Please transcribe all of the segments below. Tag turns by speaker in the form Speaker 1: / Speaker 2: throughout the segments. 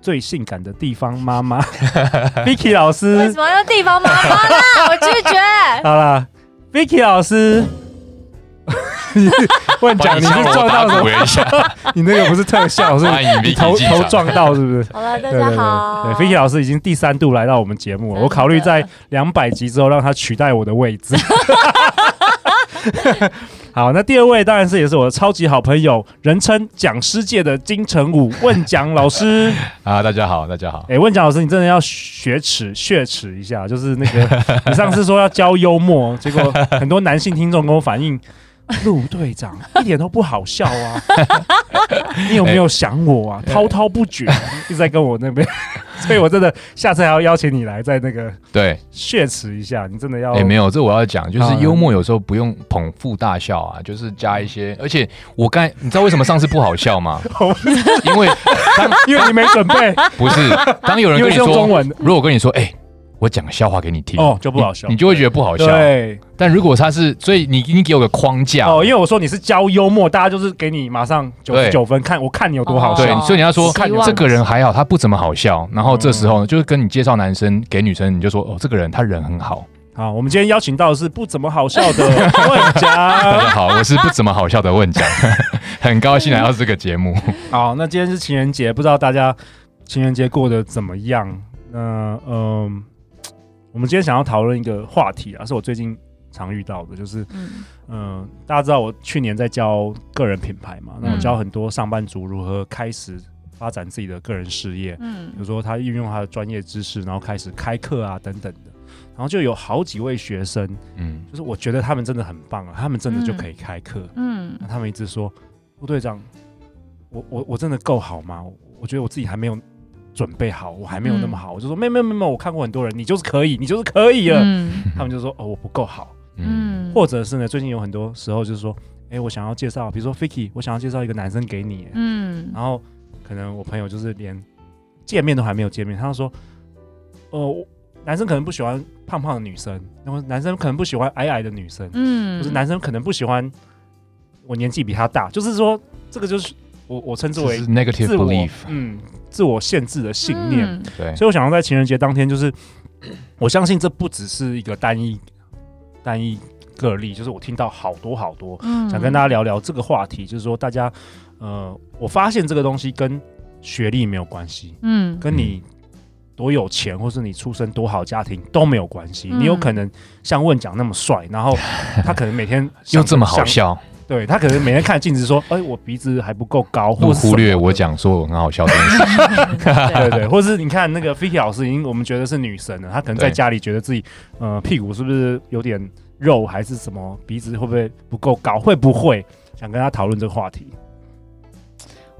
Speaker 1: 最性感的地方妈 妈 Vicky 老 师。
Speaker 2: 为什么要地方妈妈啦？我拒绝。
Speaker 1: 好啦 v i c k y 老师， 乱 讲，你是撞到什
Speaker 3: 鼓
Speaker 1: 么？
Speaker 3: 一下，
Speaker 1: 你那个不是特效，是
Speaker 3: 欢迎
Speaker 1: 你
Speaker 3: Vicky
Speaker 1: 头
Speaker 3: 进
Speaker 1: 头
Speaker 3: 场
Speaker 1: 撞到是不是？
Speaker 2: 好了，大
Speaker 1: 对对
Speaker 2: 家
Speaker 1: 对
Speaker 2: 好。
Speaker 1: 对 v i c k y 老师已经第三度来到我们节目
Speaker 2: 真
Speaker 1: 了，
Speaker 2: 的
Speaker 1: 我考虑在两百集之后让他取代我的位置。 好，那第二位当然是也是我的超级好朋友，人称讲师界的金城武问讲老师。
Speaker 3: 啊！大家好，大家好。
Speaker 1: 哎、问蒋老师，你真的要雪耻血耻一下，就是那个你上次说要教幽默，结果很多男性听众跟我反映，陆队长一点都不好笑啊， 你有没有想我
Speaker 3: 哎
Speaker 1: 啊？滔滔不绝，一直在跟我那边， 所以我真的下次还要邀请你来，再那个
Speaker 3: 对，
Speaker 1: 血耻一下，你真的要
Speaker 3: 哎、没有，这我要讲，就是
Speaker 1: 哦啊
Speaker 3: 幽默有时候不用捧腹大笑啊，就是加一些。而且我刚才，你知道为什么上次不好笑吗
Speaker 1: 我？
Speaker 3: 因为当
Speaker 1: 因为你没准备
Speaker 3: 不是当有人
Speaker 1: 因为
Speaker 3: 跟你
Speaker 1: 是用中
Speaker 3: 说，
Speaker 1: 文的
Speaker 3: 如果我跟你说，哎、我讲个笑话给你听，
Speaker 1: 哦，就不好笑
Speaker 3: 你。就会觉得不好笑。
Speaker 1: 对，
Speaker 3: 但如果他是，所以你你给我个框架，
Speaker 1: 哦，因为我说你是教幽默，大家就是给你马上九十
Speaker 3: 对
Speaker 1: 九分，看我看你有多好
Speaker 3: 对
Speaker 1: 笑。，
Speaker 3: 所以你要说
Speaker 2: 希望
Speaker 3: 这个人还好，他不怎么好笑。然后这时
Speaker 1: 嗯
Speaker 3: 候呢，就是跟你介绍男生给女生，你就说哦，这个人他人很好。
Speaker 1: 好，我们今天邀请到的是不怎么好笑 的问
Speaker 3: 大
Speaker 1: 家。
Speaker 3: 家好，我是不怎么好笑的问讲， 很高兴来到这个节目。
Speaker 1: 好，那今天是情人节，不知道大家情人节过得怎么样？那嗯、我们今天想要讨论一个话题啊，是我最近常遇到的，就是
Speaker 2: 嗯
Speaker 1: 嗯、呃大家知道我去年在教个人品牌嘛，那我
Speaker 2: 嗯
Speaker 1: 教很多上班族如何开始发展自己的个人事业，比如
Speaker 2: 嗯
Speaker 1: 说他运用他的专业知识，然后开始开课啊等等的，然后就有好几位学生，
Speaker 3: 嗯，
Speaker 1: 就是我觉得他们真的很棒啊，他们真的就可以开课，
Speaker 2: 嗯
Speaker 1: 那他们一直说，陆队长，我我我真的够好吗？我我觉得我自己还没有准备好，我还没有那么
Speaker 2: 嗯
Speaker 1: 好。我就说没有没有没有没有，我看过很多人，你就是可以，你就是可以了。
Speaker 2: 嗯
Speaker 1: 他们就说哦，我不够好，
Speaker 3: 嗯
Speaker 2: 嗯，
Speaker 1: 或者是呢，最近有很多时候就是说，哎、我想要介绍，比如说 Vicky，我想要介绍一个男生给你，
Speaker 2: 嗯
Speaker 1: 然后可能我朋友就是连见面都还没有见面，他就说，呃，我男生可能不喜欢胖胖的女生，然后男生可能不喜欢矮矮的女生，
Speaker 2: 嗯，
Speaker 1: 就是男生可能不喜欢我年纪比他大，就是说这个就是我我称之
Speaker 3: 这
Speaker 1: 为
Speaker 3: 是 negative
Speaker 1: 自我
Speaker 3: belief，
Speaker 1: 嗯自我限制的信念。
Speaker 2: 嗯
Speaker 3: 对，
Speaker 1: 所以我想要在情人节当天，就是我相信这不只是一个单一单一个例，就是我听到好多好多，
Speaker 2: 嗯
Speaker 1: 想跟大家聊聊这个话题，就是说大家呃，我发现这个东西跟学历没有关系，
Speaker 2: 嗯
Speaker 1: 跟你多有钱，或是你出身多好家庭都没有关系。
Speaker 2: 嗯
Speaker 1: 你有可能像问讲那么帅，然 后他可能每天
Speaker 3: 又这么好
Speaker 1: 想，
Speaker 3: 笑，
Speaker 1: 对他可能每天看镜子说：“ 哎，我鼻子还不够高。”或
Speaker 3: 我
Speaker 1: 是什么
Speaker 3: 忽略我。讲说我很好笑 这件事。
Speaker 1: 对对，或是你看那个 Fiki 老师，已经我们觉得是女神了，她可能在
Speaker 3: 对
Speaker 1: 家里觉得自己
Speaker 3: 嗯
Speaker 1: 呃屁股是不是有点肉，还是什么鼻子会不会不够高，会不会想跟他讨论这个话题？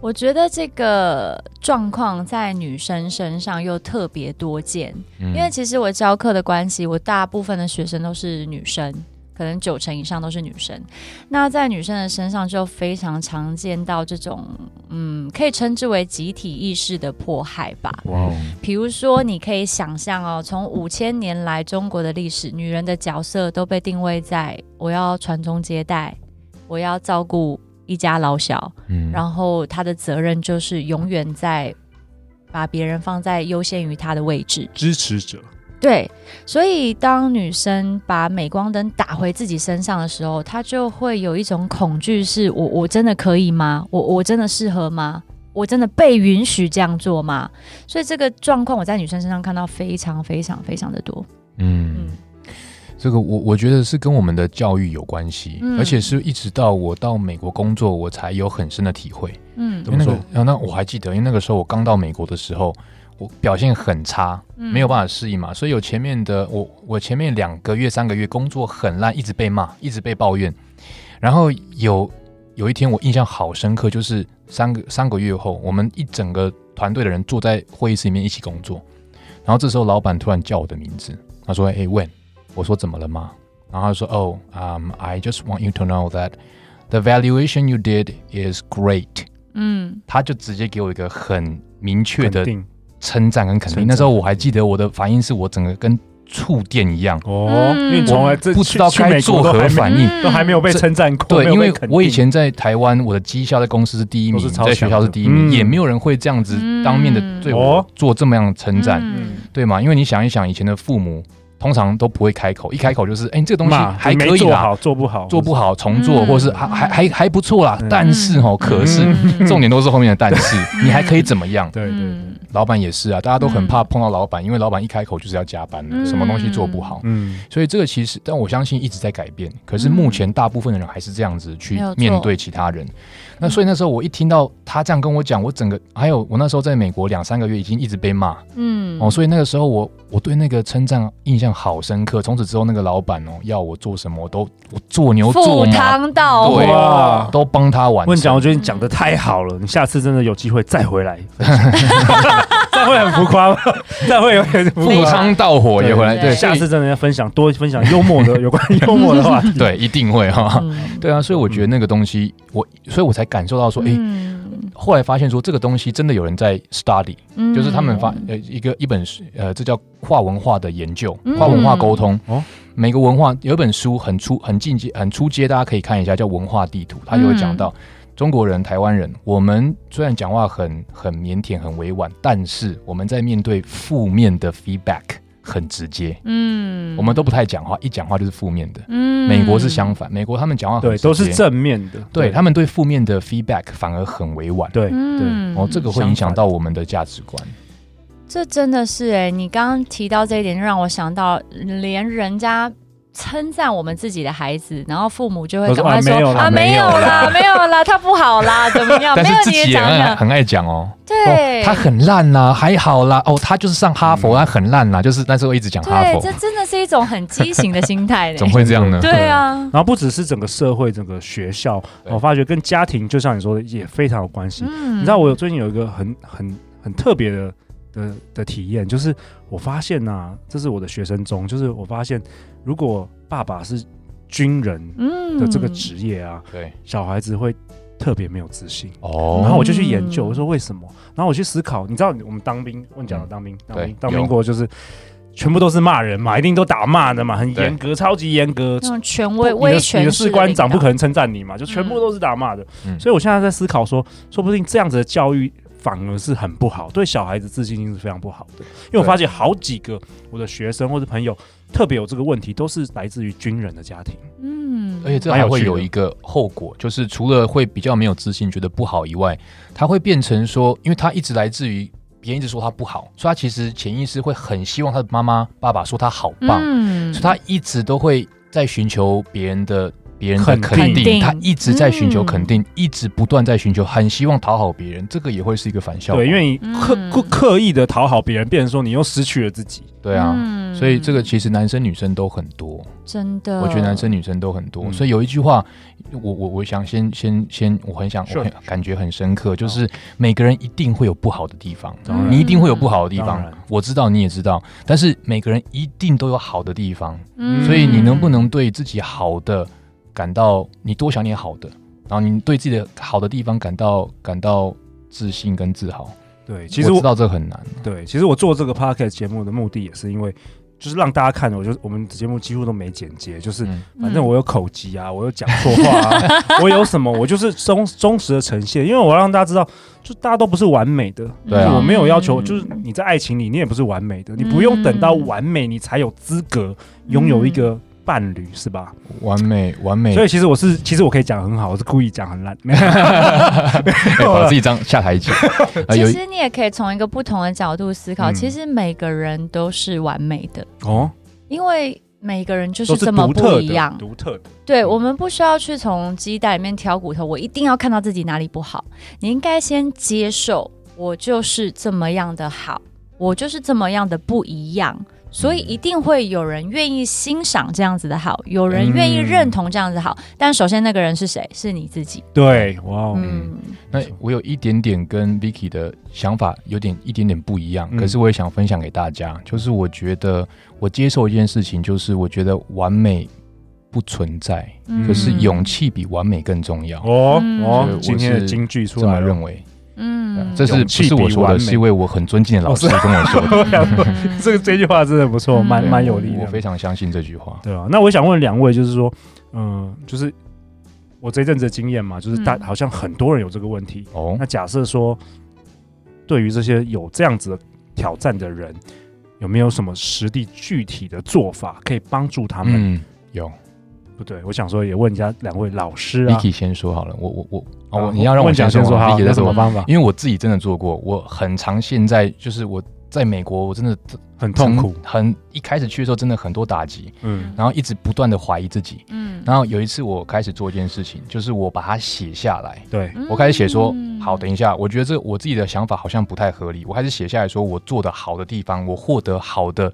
Speaker 2: 我觉得这个状况在女生身上又特别多见，因
Speaker 3: 因
Speaker 2: 为其实我教课的关系，我大部分的学生都是女生，可能九成以上都是女生。那在女生的身上就非常常见到这种，嗯，可以称之为集体意识的迫害吧。
Speaker 3: 嗯哇，哦
Speaker 2: 比如说，你可以想象哦，从五千年来中国的历史，女人的角色都被定位在我要传宗接代，我要照顾一家老小，
Speaker 3: 嗯
Speaker 2: 然后她的责任就是永远在把别人放在优先于她的位置。
Speaker 1: 支持者，
Speaker 2: 对，所以当女生把镁光灯打回自己身上的时候，她就会有一种恐惧：是我我真的可以吗？我我真的适合吗？我真的被允许这样做吗？所以这个状况我在女生身上看到非常非常非常的多。
Speaker 3: 嗯
Speaker 2: 嗯，
Speaker 3: 这个我我觉得是跟我们的教育有关系，
Speaker 2: 嗯
Speaker 3: 而且是一直到我到美国工作，我才有很深的体会。
Speaker 2: 嗯
Speaker 1: 怎
Speaker 3: 因
Speaker 1: 么
Speaker 3: 为那
Speaker 1: 说
Speaker 3: 个，啊那我还记得，因为那个时候我刚到美国的时候，我表现很差，没有办法适应嘛，所以有前面的我，我前面两个月、三个月工作很烂，一直被骂，一直被抱怨。然后有有一天我印象好深刻，就是三个三个月后，我们一整个团队的人坐在会议室里面一起工作，然后这时候老板突然叫我的名字，他说：“哎、w e n 我说：“怎么了吗？”然后他说：“哦、um, i just want you to know that the valuation you did is great。
Speaker 2: 嗯”
Speaker 3: 他就直接给我一个很明确
Speaker 1: 肯
Speaker 3: 的
Speaker 1: 定
Speaker 3: 称赞跟肯
Speaker 1: 称
Speaker 3: 定。
Speaker 1: 赞
Speaker 3: 那时候我还记得我的反应是我整个跟触电一样，
Speaker 1: 哦，因为你从来这
Speaker 3: 不知道
Speaker 1: 去
Speaker 3: 该
Speaker 1: 美国
Speaker 3: 作
Speaker 1: 都
Speaker 3: 何
Speaker 1: 还没
Speaker 3: 反应。
Speaker 1: 都还没有被
Speaker 3: 这
Speaker 1: 称赞过，
Speaker 3: 对，
Speaker 1: 没有
Speaker 3: 因
Speaker 1: 被
Speaker 3: 为
Speaker 1: 肯定
Speaker 3: 我以前在台湾，我的绩效在公司是第一
Speaker 1: 都
Speaker 3: 名，
Speaker 1: 是超
Speaker 3: 在学校
Speaker 1: 强
Speaker 3: 是
Speaker 1: 的
Speaker 3: 第一
Speaker 1: 嗯
Speaker 3: 名，也没有人会这样子
Speaker 2: 嗯
Speaker 3: 当面的对我
Speaker 1: 哦
Speaker 3: 做这么样的称赞，
Speaker 2: 嗯
Speaker 3: 对吗？因为你想一想，以前的父母通常都不会开口，一开口就是，哎、你这个东西
Speaker 1: 骂
Speaker 3: 还
Speaker 1: 你没
Speaker 3: 可以
Speaker 1: 做
Speaker 3: 啦，
Speaker 1: 好做不好，
Speaker 3: 做不好重做，
Speaker 2: 嗯
Speaker 3: 或是还还还还不错啦
Speaker 1: 嗯，
Speaker 3: 但是哦，可是。
Speaker 2: 嗯
Speaker 3: 重点都是后面的但是，你还可以怎么样？
Speaker 1: 对对对，
Speaker 2: 嗯
Speaker 3: 老板也是啊，大家都很怕碰到老板，因为老板一开口就是要加班
Speaker 2: 嗯
Speaker 3: 的，什么东西做不好。
Speaker 1: 嗯，
Speaker 3: 所以这个其实，但我相信一直在改变。可是目前大部分的人还是这样子去
Speaker 2: 没有错
Speaker 3: 面对其他人。那所以那时候我一听到他这样跟我讲，我整个还有我那时候在美国两三个月已经一直被骂
Speaker 2: 嗯
Speaker 3: 哦，所以那个时候我我对那个称赞印象好深刻。从此之后，那个老板哦要我做什么我都我做牛做
Speaker 2: 赴
Speaker 3: 马
Speaker 2: 汤蹈
Speaker 3: 对
Speaker 1: 哇
Speaker 2: 火，
Speaker 3: 都帮他完
Speaker 1: 问讲，我
Speaker 3: 成。
Speaker 1: 觉得你讲的太好了，你下次真的有机会再回来， 再会很浮夸吗？ 再会有点浮
Speaker 3: 赴
Speaker 1: 夸。
Speaker 3: 汤蹈火也回来，
Speaker 2: 对
Speaker 3: 对，
Speaker 1: 下次真的要分享多分享幽默的有关幽默的 话题。
Speaker 3: 对一定会哈、
Speaker 2: 嗯
Speaker 3: 对啊，所以我觉得那个东西，我所以我才感受到说，诶，
Speaker 2: 嗯
Speaker 3: 后来发现说这个东西真的有人在 study，
Speaker 2: 嗯
Speaker 3: 就是他们发呃一个一本书呃，这叫跨文化的研究
Speaker 2: 嗯，
Speaker 3: 跨文化沟通。
Speaker 1: 哦
Speaker 3: 每个文化有一本书很出很进阶很出阶，大家可以看一下，叫《文化地图》，它就会讲到
Speaker 2: 嗯
Speaker 3: 中国人、台湾人，我们虽然讲话很很腼腆、很委婉，但是我们在面对负面的 feedback 很直接，
Speaker 2: 嗯
Speaker 3: 我们都不太讲话，一讲话就是负面的。
Speaker 2: 嗯
Speaker 3: 美国是相反，美国他们讲话很
Speaker 1: 对，
Speaker 3: 直接
Speaker 1: 都是正面的。
Speaker 3: 对他们对负面的 feedback 反而很委婉，
Speaker 1: 对对，
Speaker 2: 嗯
Speaker 3: 哦，这个会影响到我们的价值观。
Speaker 2: 这真的是哎、你刚刚提到这一点，就让我想到，连人家称赞我们自己的孩子，然后父母就会
Speaker 1: 都说
Speaker 2: 赶
Speaker 1: 啊
Speaker 2: 快说
Speaker 1: 没有啦
Speaker 2: 啊，没有啦，没有啦，他不好啦，怎么样？
Speaker 3: 但
Speaker 2: 啊没
Speaker 3: 是
Speaker 2: 有
Speaker 3: 自
Speaker 2: 你
Speaker 3: 己
Speaker 2: 也
Speaker 3: 也
Speaker 2: 长
Speaker 3: 很
Speaker 2: 的，
Speaker 3: 很爱讲哦，
Speaker 2: 对，嗯
Speaker 3: 哦，他很烂啦，还好啦，哦，他就是上哈佛，他很烂啦，就是那时候一直讲哈
Speaker 2: 对，
Speaker 3: 佛
Speaker 2: 这，真的是一种很畸形的心态
Speaker 3: 怎
Speaker 2: 呢
Speaker 3: 么。会这样呢？
Speaker 2: 对啊，
Speaker 1: 然后不只是整个社会、整个学校，
Speaker 3: 对
Speaker 1: 我发觉跟家庭，就像你说的，也非常有关系。
Speaker 2: 嗯，
Speaker 1: 你知道我最近有一个很很很特别的的的体验，就是我发现呐、这是我的学生中，就是我发现，如果爸爸是军人
Speaker 2: 嗯
Speaker 1: 的这个职业啊，
Speaker 3: 对，
Speaker 1: 小孩子会特别没有自信。然后
Speaker 3: 哦，
Speaker 1: 我就去研究，
Speaker 2: 嗯
Speaker 1: 我说为什么？然后我去思考，你知道我们当兵，问讲的当兵，当
Speaker 3: 嗯对
Speaker 1: 兵当
Speaker 3: 有
Speaker 1: 兵过就是全部都是骂人嘛，一定都打骂的嘛，很严格，超级严格。
Speaker 2: 那种权
Speaker 1: 不
Speaker 2: 威
Speaker 1: 你
Speaker 2: 威
Speaker 1: 的你
Speaker 2: 权
Speaker 1: 的
Speaker 2: 式
Speaker 1: 士
Speaker 2: 的
Speaker 1: 官
Speaker 2: 领
Speaker 1: 长不
Speaker 2: 导
Speaker 1: 可能称赞你嘛，就全部都是打骂的。
Speaker 3: 嗯
Speaker 1: 所以我现在在思考说，说不定这样子的教育反而是很不好，对小孩子自信心是非常不好的。因为我
Speaker 3: 对
Speaker 1: 发现好几个我的学生或者朋友特别有这个问题，都是来自于军人的家庭。
Speaker 2: 嗯，
Speaker 3: 而且这
Speaker 1: 蛮
Speaker 3: 还
Speaker 1: 有
Speaker 3: 会
Speaker 1: 趣的
Speaker 3: 有一个后果，就是除了会比较没有自信，觉得不好以外，他会变成说，因为他一直来自于别人一直说他不好，所以他其实潜意识会很希望他的妈妈、爸爸说他好棒，
Speaker 2: 嗯
Speaker 3: 所以他一直都会在寻求别人的别人的
Speaker 1: 肯
Speaker 3: 肯
Speaker 1: 定
Speaker 3: 定，
Speaker 2: 肯定
Speaker 3: 他一直在寻求
Speaker 2: 嗯
Speaker 3: 肯定，一直不断在寻求，很希望讨好别人，这个也会是一个反效果。
Speaker 1: 对，因为你刻
Speaker 2: 嗯
Speaker 1: 刻刻意的讨好别人，变成说你又失去了自己。
Speaker 3: 对啊。
Speaker 2: 嗯
Speaker 3: 所以这个其实男生女生都很多，
Speaker 2: 真的，
Speaker 3: 我觉得男生女生都很多。
Speaker 1: 嗯
Speaker 3: 所以有一句话，我我我想先先先，我很想，
Speaker 1: Sure
Speaker 3: 我很感觉很深刻，就是每个人一定会有不好的地方，
Speaker 1: 当然
Speaker 3: 你一定会有不好的地
Speaker 1: 当
Speaker 3: 方
Speaker 1: 然，
Speaker 3: 我知道你也知道，但是每个人一定都有好的地方，
Speaker 2: 嗯，
Speaker 3: 所以你能不能对自己好的感到你多想点好的，然后你对自己的好的地方感到感到自信跟自豪？
Speaker 1: 对，其实
Speaker 3: 我
Speaker 1: 我
Speaker 3: 知道这很难，
Speaker 1: 对，其实我做这个 podcast 节目的目的也是因为，就是让大家看，我就我们节目几乎都没剪接，就是
Speaker 3: 嗯
Speaker 1: 反正我有口疾啊，我有讲错话啊，我有什么，我就是忠忠实的呈现，因为我要让大家知道，就大家都不是完美的，
Speaker 2: 嗯，
Speaker 3: 对啊
Speaker 1: 我没有要求，
Speaker 2: 嗯
Speaker 1: 就是你在爱情里你也不是完美的，你不用等到完美你才有资格拥有
Speaker 2: 嗯
Speaker 1: 一个伴侣，是吧？
Speaker 3: 完美完美
Speaker 1: 所，以其实我是，其实我可以讲很好，我是故意讲 很烂，没有，
Speaker 3: 哎 把自己当下台阶。呃有
Speaker 2: 其
Speaker 3: 一
Speaker 2: 实你也可以从一个不同的角度思考，
Speaker 1: 嗯
Speaker 2: 其实每个人都是完美的，
Speaker 1: 哦，
Speaker 2: 因为每个人就
Speaker 1: 都
Speaker 2: 是
Speaker 1: 是
Speaker 2: 这么
Speaker 1: 独
Speaker 2: 不
Speaker 1: 特
Speaker 2: 一
Speaker 1: 的，
Speaker 2: 样。
Speaker 1: 独特的，
Speaker 2: 对，
Speaker 3: 嗯
Speaker 2: 我们不需要去从鸡蛋里面挑骨头，我一定要看到自己哪里不好。你应该先接受，我就是这么样的好。我就是这么样的不一样，所以
Speaker 3: 嗯
Speaker 2: 一定会有人愿意欣赏这样子的好，有人愿意
Speaker 3: 嗯
Speaker 2: 认同这样子的好。但首先那个人是谁？是你自己。
Speaker 1: 对，哇哦，
Speaker 2: 嗯，
Speaker 3: 那我有一点点跟 Vicky 的想法有点一点点不一样，
Speaker 1: 嗯
Speaker 3: 可是我也想分享给大家，就是我觉得我接受一件事情，就是我觉得完美不存在，
Speaker 2: 嗯
Speaker 3: 可是勇，气比完美更重要。
Speaker 1: 哦
Speaker 2: 嗯
Speaker 1: 哦
Speaker 3: 所以，我
Speaker 1: 今天的
Speaker 3: 是
Speaker 1: 金句出
Speaker 3: 这么
Speaker 1: 来了，
Speaker 3: 认为，
Speaker 2: 嗯
Speaker 3: 这是
Speaker 1: 勇
Speaker 3: 不
Speaker 1: 气
Speaker 3: 是我说
Speaker 1: 比完美
Speaker 3: 的？
Speaker 1: 哦啊
Speaker 3: 是一位我很尊敬的老师跟我 说的，
Speaker 2: 嗯
Speaker 1: 这个这句话真的不错，
Speaker 2: 嗯
Speaker 1: 蛮
Speaker 3: 对
Speaker 1: 蛮有力的
Speaker 3: 我非。常相信这句话。
Speaker 1: 对啊，那我想问两位，就是说，嗯，就是我这阵子的经验嘛，就是大
Speaker 2: 嗯
Speaker 1: 好像很多人有这个问题。
Speaker 3: 哦
Speaker 1: 那，假设说，对于这些有这样子的挑战的人，有没有什么实地具体的做法可以帮助他们？
Speaker 3: 嗯，有
Speaker 1: 不对，我想说也问一下两位老师啊，
Speaker 3: Vicky 先说好了，我我我
Speaker 1: 啊
Speaker 3: 哦，你要让我
Speaker 1: 问讲
Speaker 3: 说
Speaker 1: 先说好，
Speaker 3: ，Vicky
Speaker 1: 有
Speaker 3: 再
Speaker 1: 什么
Speaker 3: 说，
Speaker 1: 方法？
Speaker 3: 因为我自己真的做过，我很常现在就是我在美国，我真的
Speaker 1: 很痛苦，
Speaker 3: 很一开始去的时候真的很多打击，
Speaker 1: 嗯
Speaker 3: 然后一直不断的怀疑自己。
Speaker 2: 嗯
Speaker 3: 然后有一次我开始做一件事情，就是我把它写下来，
Speaker 1: 对，
Speaker 2: 嗯
Speaker 3: 我开始写说，好，等一下，我觉得这我自己的想法好像不太合理，我开始写下来说我做的好的地方，我获得好的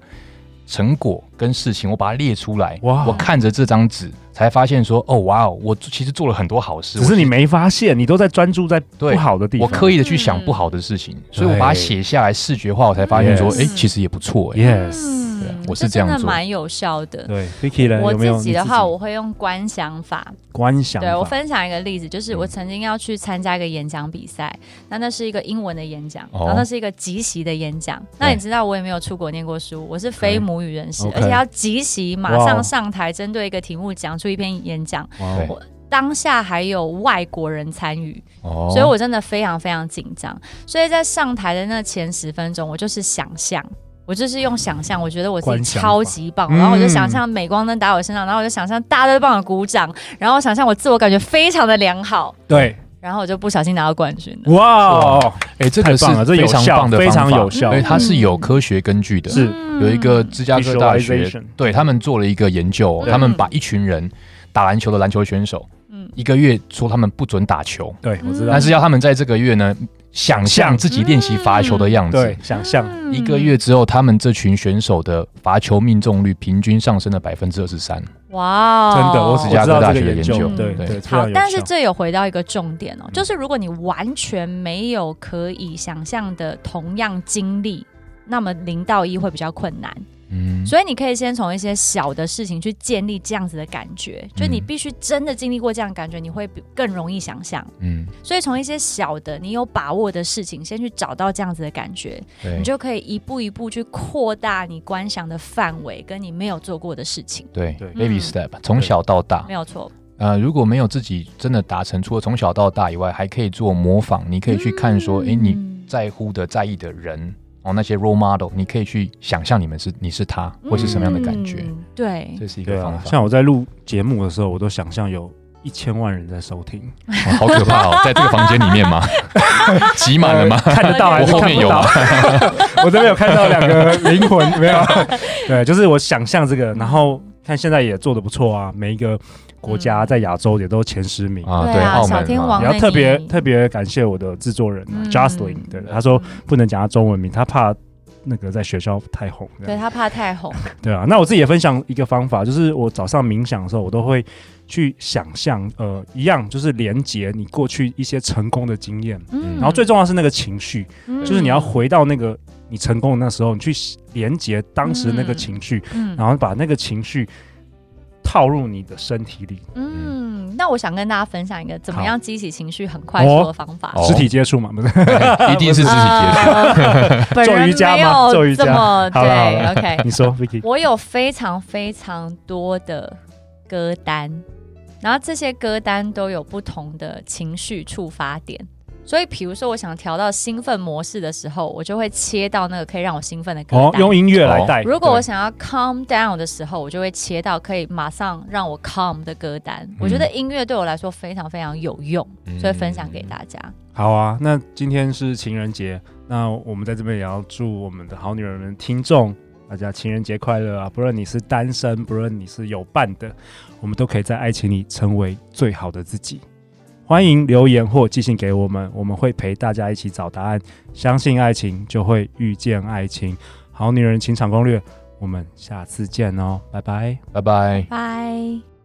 Speaker 3: 成果跟事情，我把它列出来。
Speaker 1: 哇
Speaker 3: 我看着这张纸才发现说，哦哇哦，我其实做了很多好事，
Speaker 1: 只是
Speaker 3: 我
Speaker 1: 你没发现，你都在专注在不
Speaker 3: 对
Speaker 1: 好的地
Speaker 3: 我
Speaker 1: 方。
Speaker 3: 刻意的去
Speaker 2: 嗯
Speaker 3: 想不好的事情，所以我把它写下来视觉化，我才发现说，
Speaker 1: Yes
Speaker 3: 哎，其实也不错，哎，
Speaker 1: ，yes，
Speaker 2: 嗯
Speaker 3: 对我是这样
Speaker 2: 真的
Speaker 3: 做啊
Speaker 2: 蛮有效的。
Speaker 1: 对，Vicky 呢
Speaker 2: 我
Speaker 1: 有没有你自
Speaker 2: 自己
Speaker 1: 己
Speaker 2: 的话，我会用观想法，
Speaker 1: 观想
Speaker 2: 对我
Speaker 1: 法
Speaker 2: 分享一个例子，就是我
Speaker 3: 嗯
Speaker 2: 曾经要去参加一个演讲比赛，那那是一个英文的演讲，
Speaker 3: 哦
Speaker 2: 然后那是一个即席的演讲。那你知道我也没有出国念过书，我是非母语人士，
Speaker 1: OK
Speaker 2: 而且要即席马
Speaker 1: 哇哦
Speaker 2: 上上台，针对一个题目讲出一篇演讲，
Speaker 1: 哇
Speaker 3: 对
Speaker 1: 哦
Speaker 2: 当下还有外国人参与，
Speaker 3: 哦，
Speaker 2: 所以我真的非常非常紧张。所以在上台的那前十分钟，我就是想象。我就是用想象，我觉得我自
Speaker 1: 观
Speaker 2: 己
Speaker 1: 想
Speaker 2: 超
Speaker 1: 法
Speaker 2: 级棒，
Speaker 1: 嗯
Speaker 2: 然后我就想象镁光灯打我身上，然后我就想象大家都帮我鼓掌，然后我想象我自我感觉非常的良好，
Speaker 1: 对，
Speaker 2: 然后我就不小心拿到冠军了。
Speaker 1: 哇哦，
Speaker 3: 哎，这个是
Speaker 1: 太棒了这有
Speaker 3: 非常
Speaker 1: 效
Speaker 3: 棒的
Speaker 1: 非
Speaker 3: 方
Speaker 1: 常
Speaker 3: 法
Speaker 1: 有效
Speaker 3: 因为它是
Speaker 2: 嗯
Speaker 3: 有科学根据的，
Speaker 1: 是
Speaker 3: 有一个芝加哥大学
Speaker 1: Visualization
Speaker 3: 对他们做了一个研究哦、
Speaker 2: 对
Speaker 3: 他们把一群人打篮球的篮球选手，
Speaker 2: 嗯
Speaker 3: 一个月说他们不准打球，
Speaker 1: 对，啊我知道
Speaker 3: 但，是要他们在这个月呢，想象自己练习罚球的样子
Speaker 1: 对。，想象
Speaker 3: 一个月之后，他们这群选手的罚球命中率平均上升了百分之二十三。
Speaker 2: 哇哦，
Speaker 1: 真的，我
Speaker 3: 芝
Speaker 1: 只
Speaker 3: 加
Speaker 1: 知
Speaker 3: 哥
Speaker 1: 道
Speaker 3: 大
Speaker 1: 这
Speaker 3: 学
Speaker 1: 个
Speaker 3: 的研究
Speaker 1: 对
Speaker 3: 对
Speaker 1: 对，非常
Speaker 2: 好
Speaker 1: 有，
Speaker 2: 但是
Speaker 1: 效
Speaker 2: 这有回到一个重点哦，
Speaker 3: 嗯
Speaker 2: 就是如果你完全没有可以想象的同样经历，那么零到一会比较困难。
Speaker 3: 嗯，
Speaker 2: 所以你可以先从一些小的事情去建立这样子的感
Speaker 3: 嗯
Speaker 2: 觉，就你必须真的经历过这样的感觉，你会比更容易想象。
Speaker 3: 嗯，
Speaker 2: 所以从一些小的你有把握的事情，先去找到这样子的感觉，
Speaker 3: 对
Speaker 2: 你就可以一步一步去扩大你观想的范围，跟你没有做过的事情，
Speaker 3: 对
Speaker 1: 对
Speaker 3: ，baby step，从小到大
Speaker 2: 没，有错。
Speaker 3: 呃，如果没有自己真的达成，除了从小到大以外，还可以做模仿。你可以去看说，
Speaker 2: 嗯
Speaker 3: 哎、你在乎的、在意的人哦，那些 role model，你可以去想象你们是你是他，
Speaker 2: 嗯
Speaker 3: 会是什么样的感觉？
Speaker 2: 嗯对，
Speaker 3: 这是一
Speaker 1: 对
Speaker 3: 个方
Speaker 1: 啊，
Speaker 3: 法，
Speaker 1: 像我在录节目的时候，我都想象有一千万人在收听，
Speaker 3: 哇好可怕 哦，在这个房间里面吗？挤满了吗？
Speaker 1: 呃看得到还是
Speaker 3: 我后面有吗
Speaker 1: 看不到？ 我这边有看到两 个灵魂， 没有啊？对，就是我想象这个，然后看现在也做的不错啊，每一个国
Speaker 2: 嗯
Speaker 1: 家在亚洲也都前十名。
Speaker 3: 啊，
Speaker 2: 对啊
Speaker 3: 澳
Speaker 2: 小天
Speaker 3: 门
Speaker 2: 王
Speaker 3: 嘛
Speaker 1: 也，要特别
Speaker 2: 那你
Speaker 1: 特别感谢我的制作人、啊
Speaker 2: 嗯
Speaker 1: Jocelyn，对，他说
Speaker 3: 嗯
Speaker 1: 不能讲他中文名，他怕那个在学校太红。这样
Speaker 2: 对他怕太红，
Speaker 1: 对啊，那我自己也分享一个方法，就是我早上冥想的时候，我都会去想象，呃，一样就是连接你过去一些成功的经验，
Speaker 2: 嗯
Speaker 1: 然后最重要的是那个情绪，
Speaker 2: 嗯
Speaker 1: 就是你要回到那个你成功的那时候，你去连接当时那个情绪，
Speaker 2: 嗯
Speaker 1: 然后把那个情绪套入你的身体里，
Speaker 2: 嗯，那我想跟大家分享一个怎么
Speaker 1: 好
Speaker 2: 样激起情绪很快速的方法。
Speaker 3: 哦
Speaker 1: 肢体接触嘛，不是？
Speaker 3: 一定是自己
Speaker 2: 嗯
Speaker 3: 接触。
Speaker 2: 呃本
Speaker 1: 做
Speaker 2: 人
Speaker 1: 瑜伽
Speaker 2: 没
Speaker 1: 吗做
Speaker 2: 有
Speaker 1: 瑜
Speaker 2: 这
Speaker 1: 伽
Speaker 2: 么
Speaker 1: 好了好了嗯
Speaker 2: 对，OK。
Speaker 1: 你说，Vicky，
Speaker 2: 我有非常非常多的歌单，然后这些歌单都有不同的情绪触发点。所以，比如说，我想调到兴奋模式的时候，我就会切到那个可以让我兴奋的歌
Speaker 1: 哦，
Speaker 2: 单。
Speaker 1: 用音乐来带。
Speaker 2: 如果我想要 calm down 的时候，我就会切到可以马上让我 calm 的歌单。
Speaker 1: 嗯
Speaker 2: 我觉得音乐对我来说非常非常有用，所以分享给大家。
Speaker 1: 好啊，那今天是情人节，那我们在这边也要祝我们的好女人们听众大家情人节快乐啊！不论你是单身，不论你是有伴的，我们都可以在爱情里成为最好的自己。欢迎留言或寄信给我们，我们会陪大家一起找答案。相信爱情，就会遇见爱情。好女人情场攻略，我们下次见哦，拜拜。
Speaker 3: 嗯拜拜。
Speaker 2: 拜。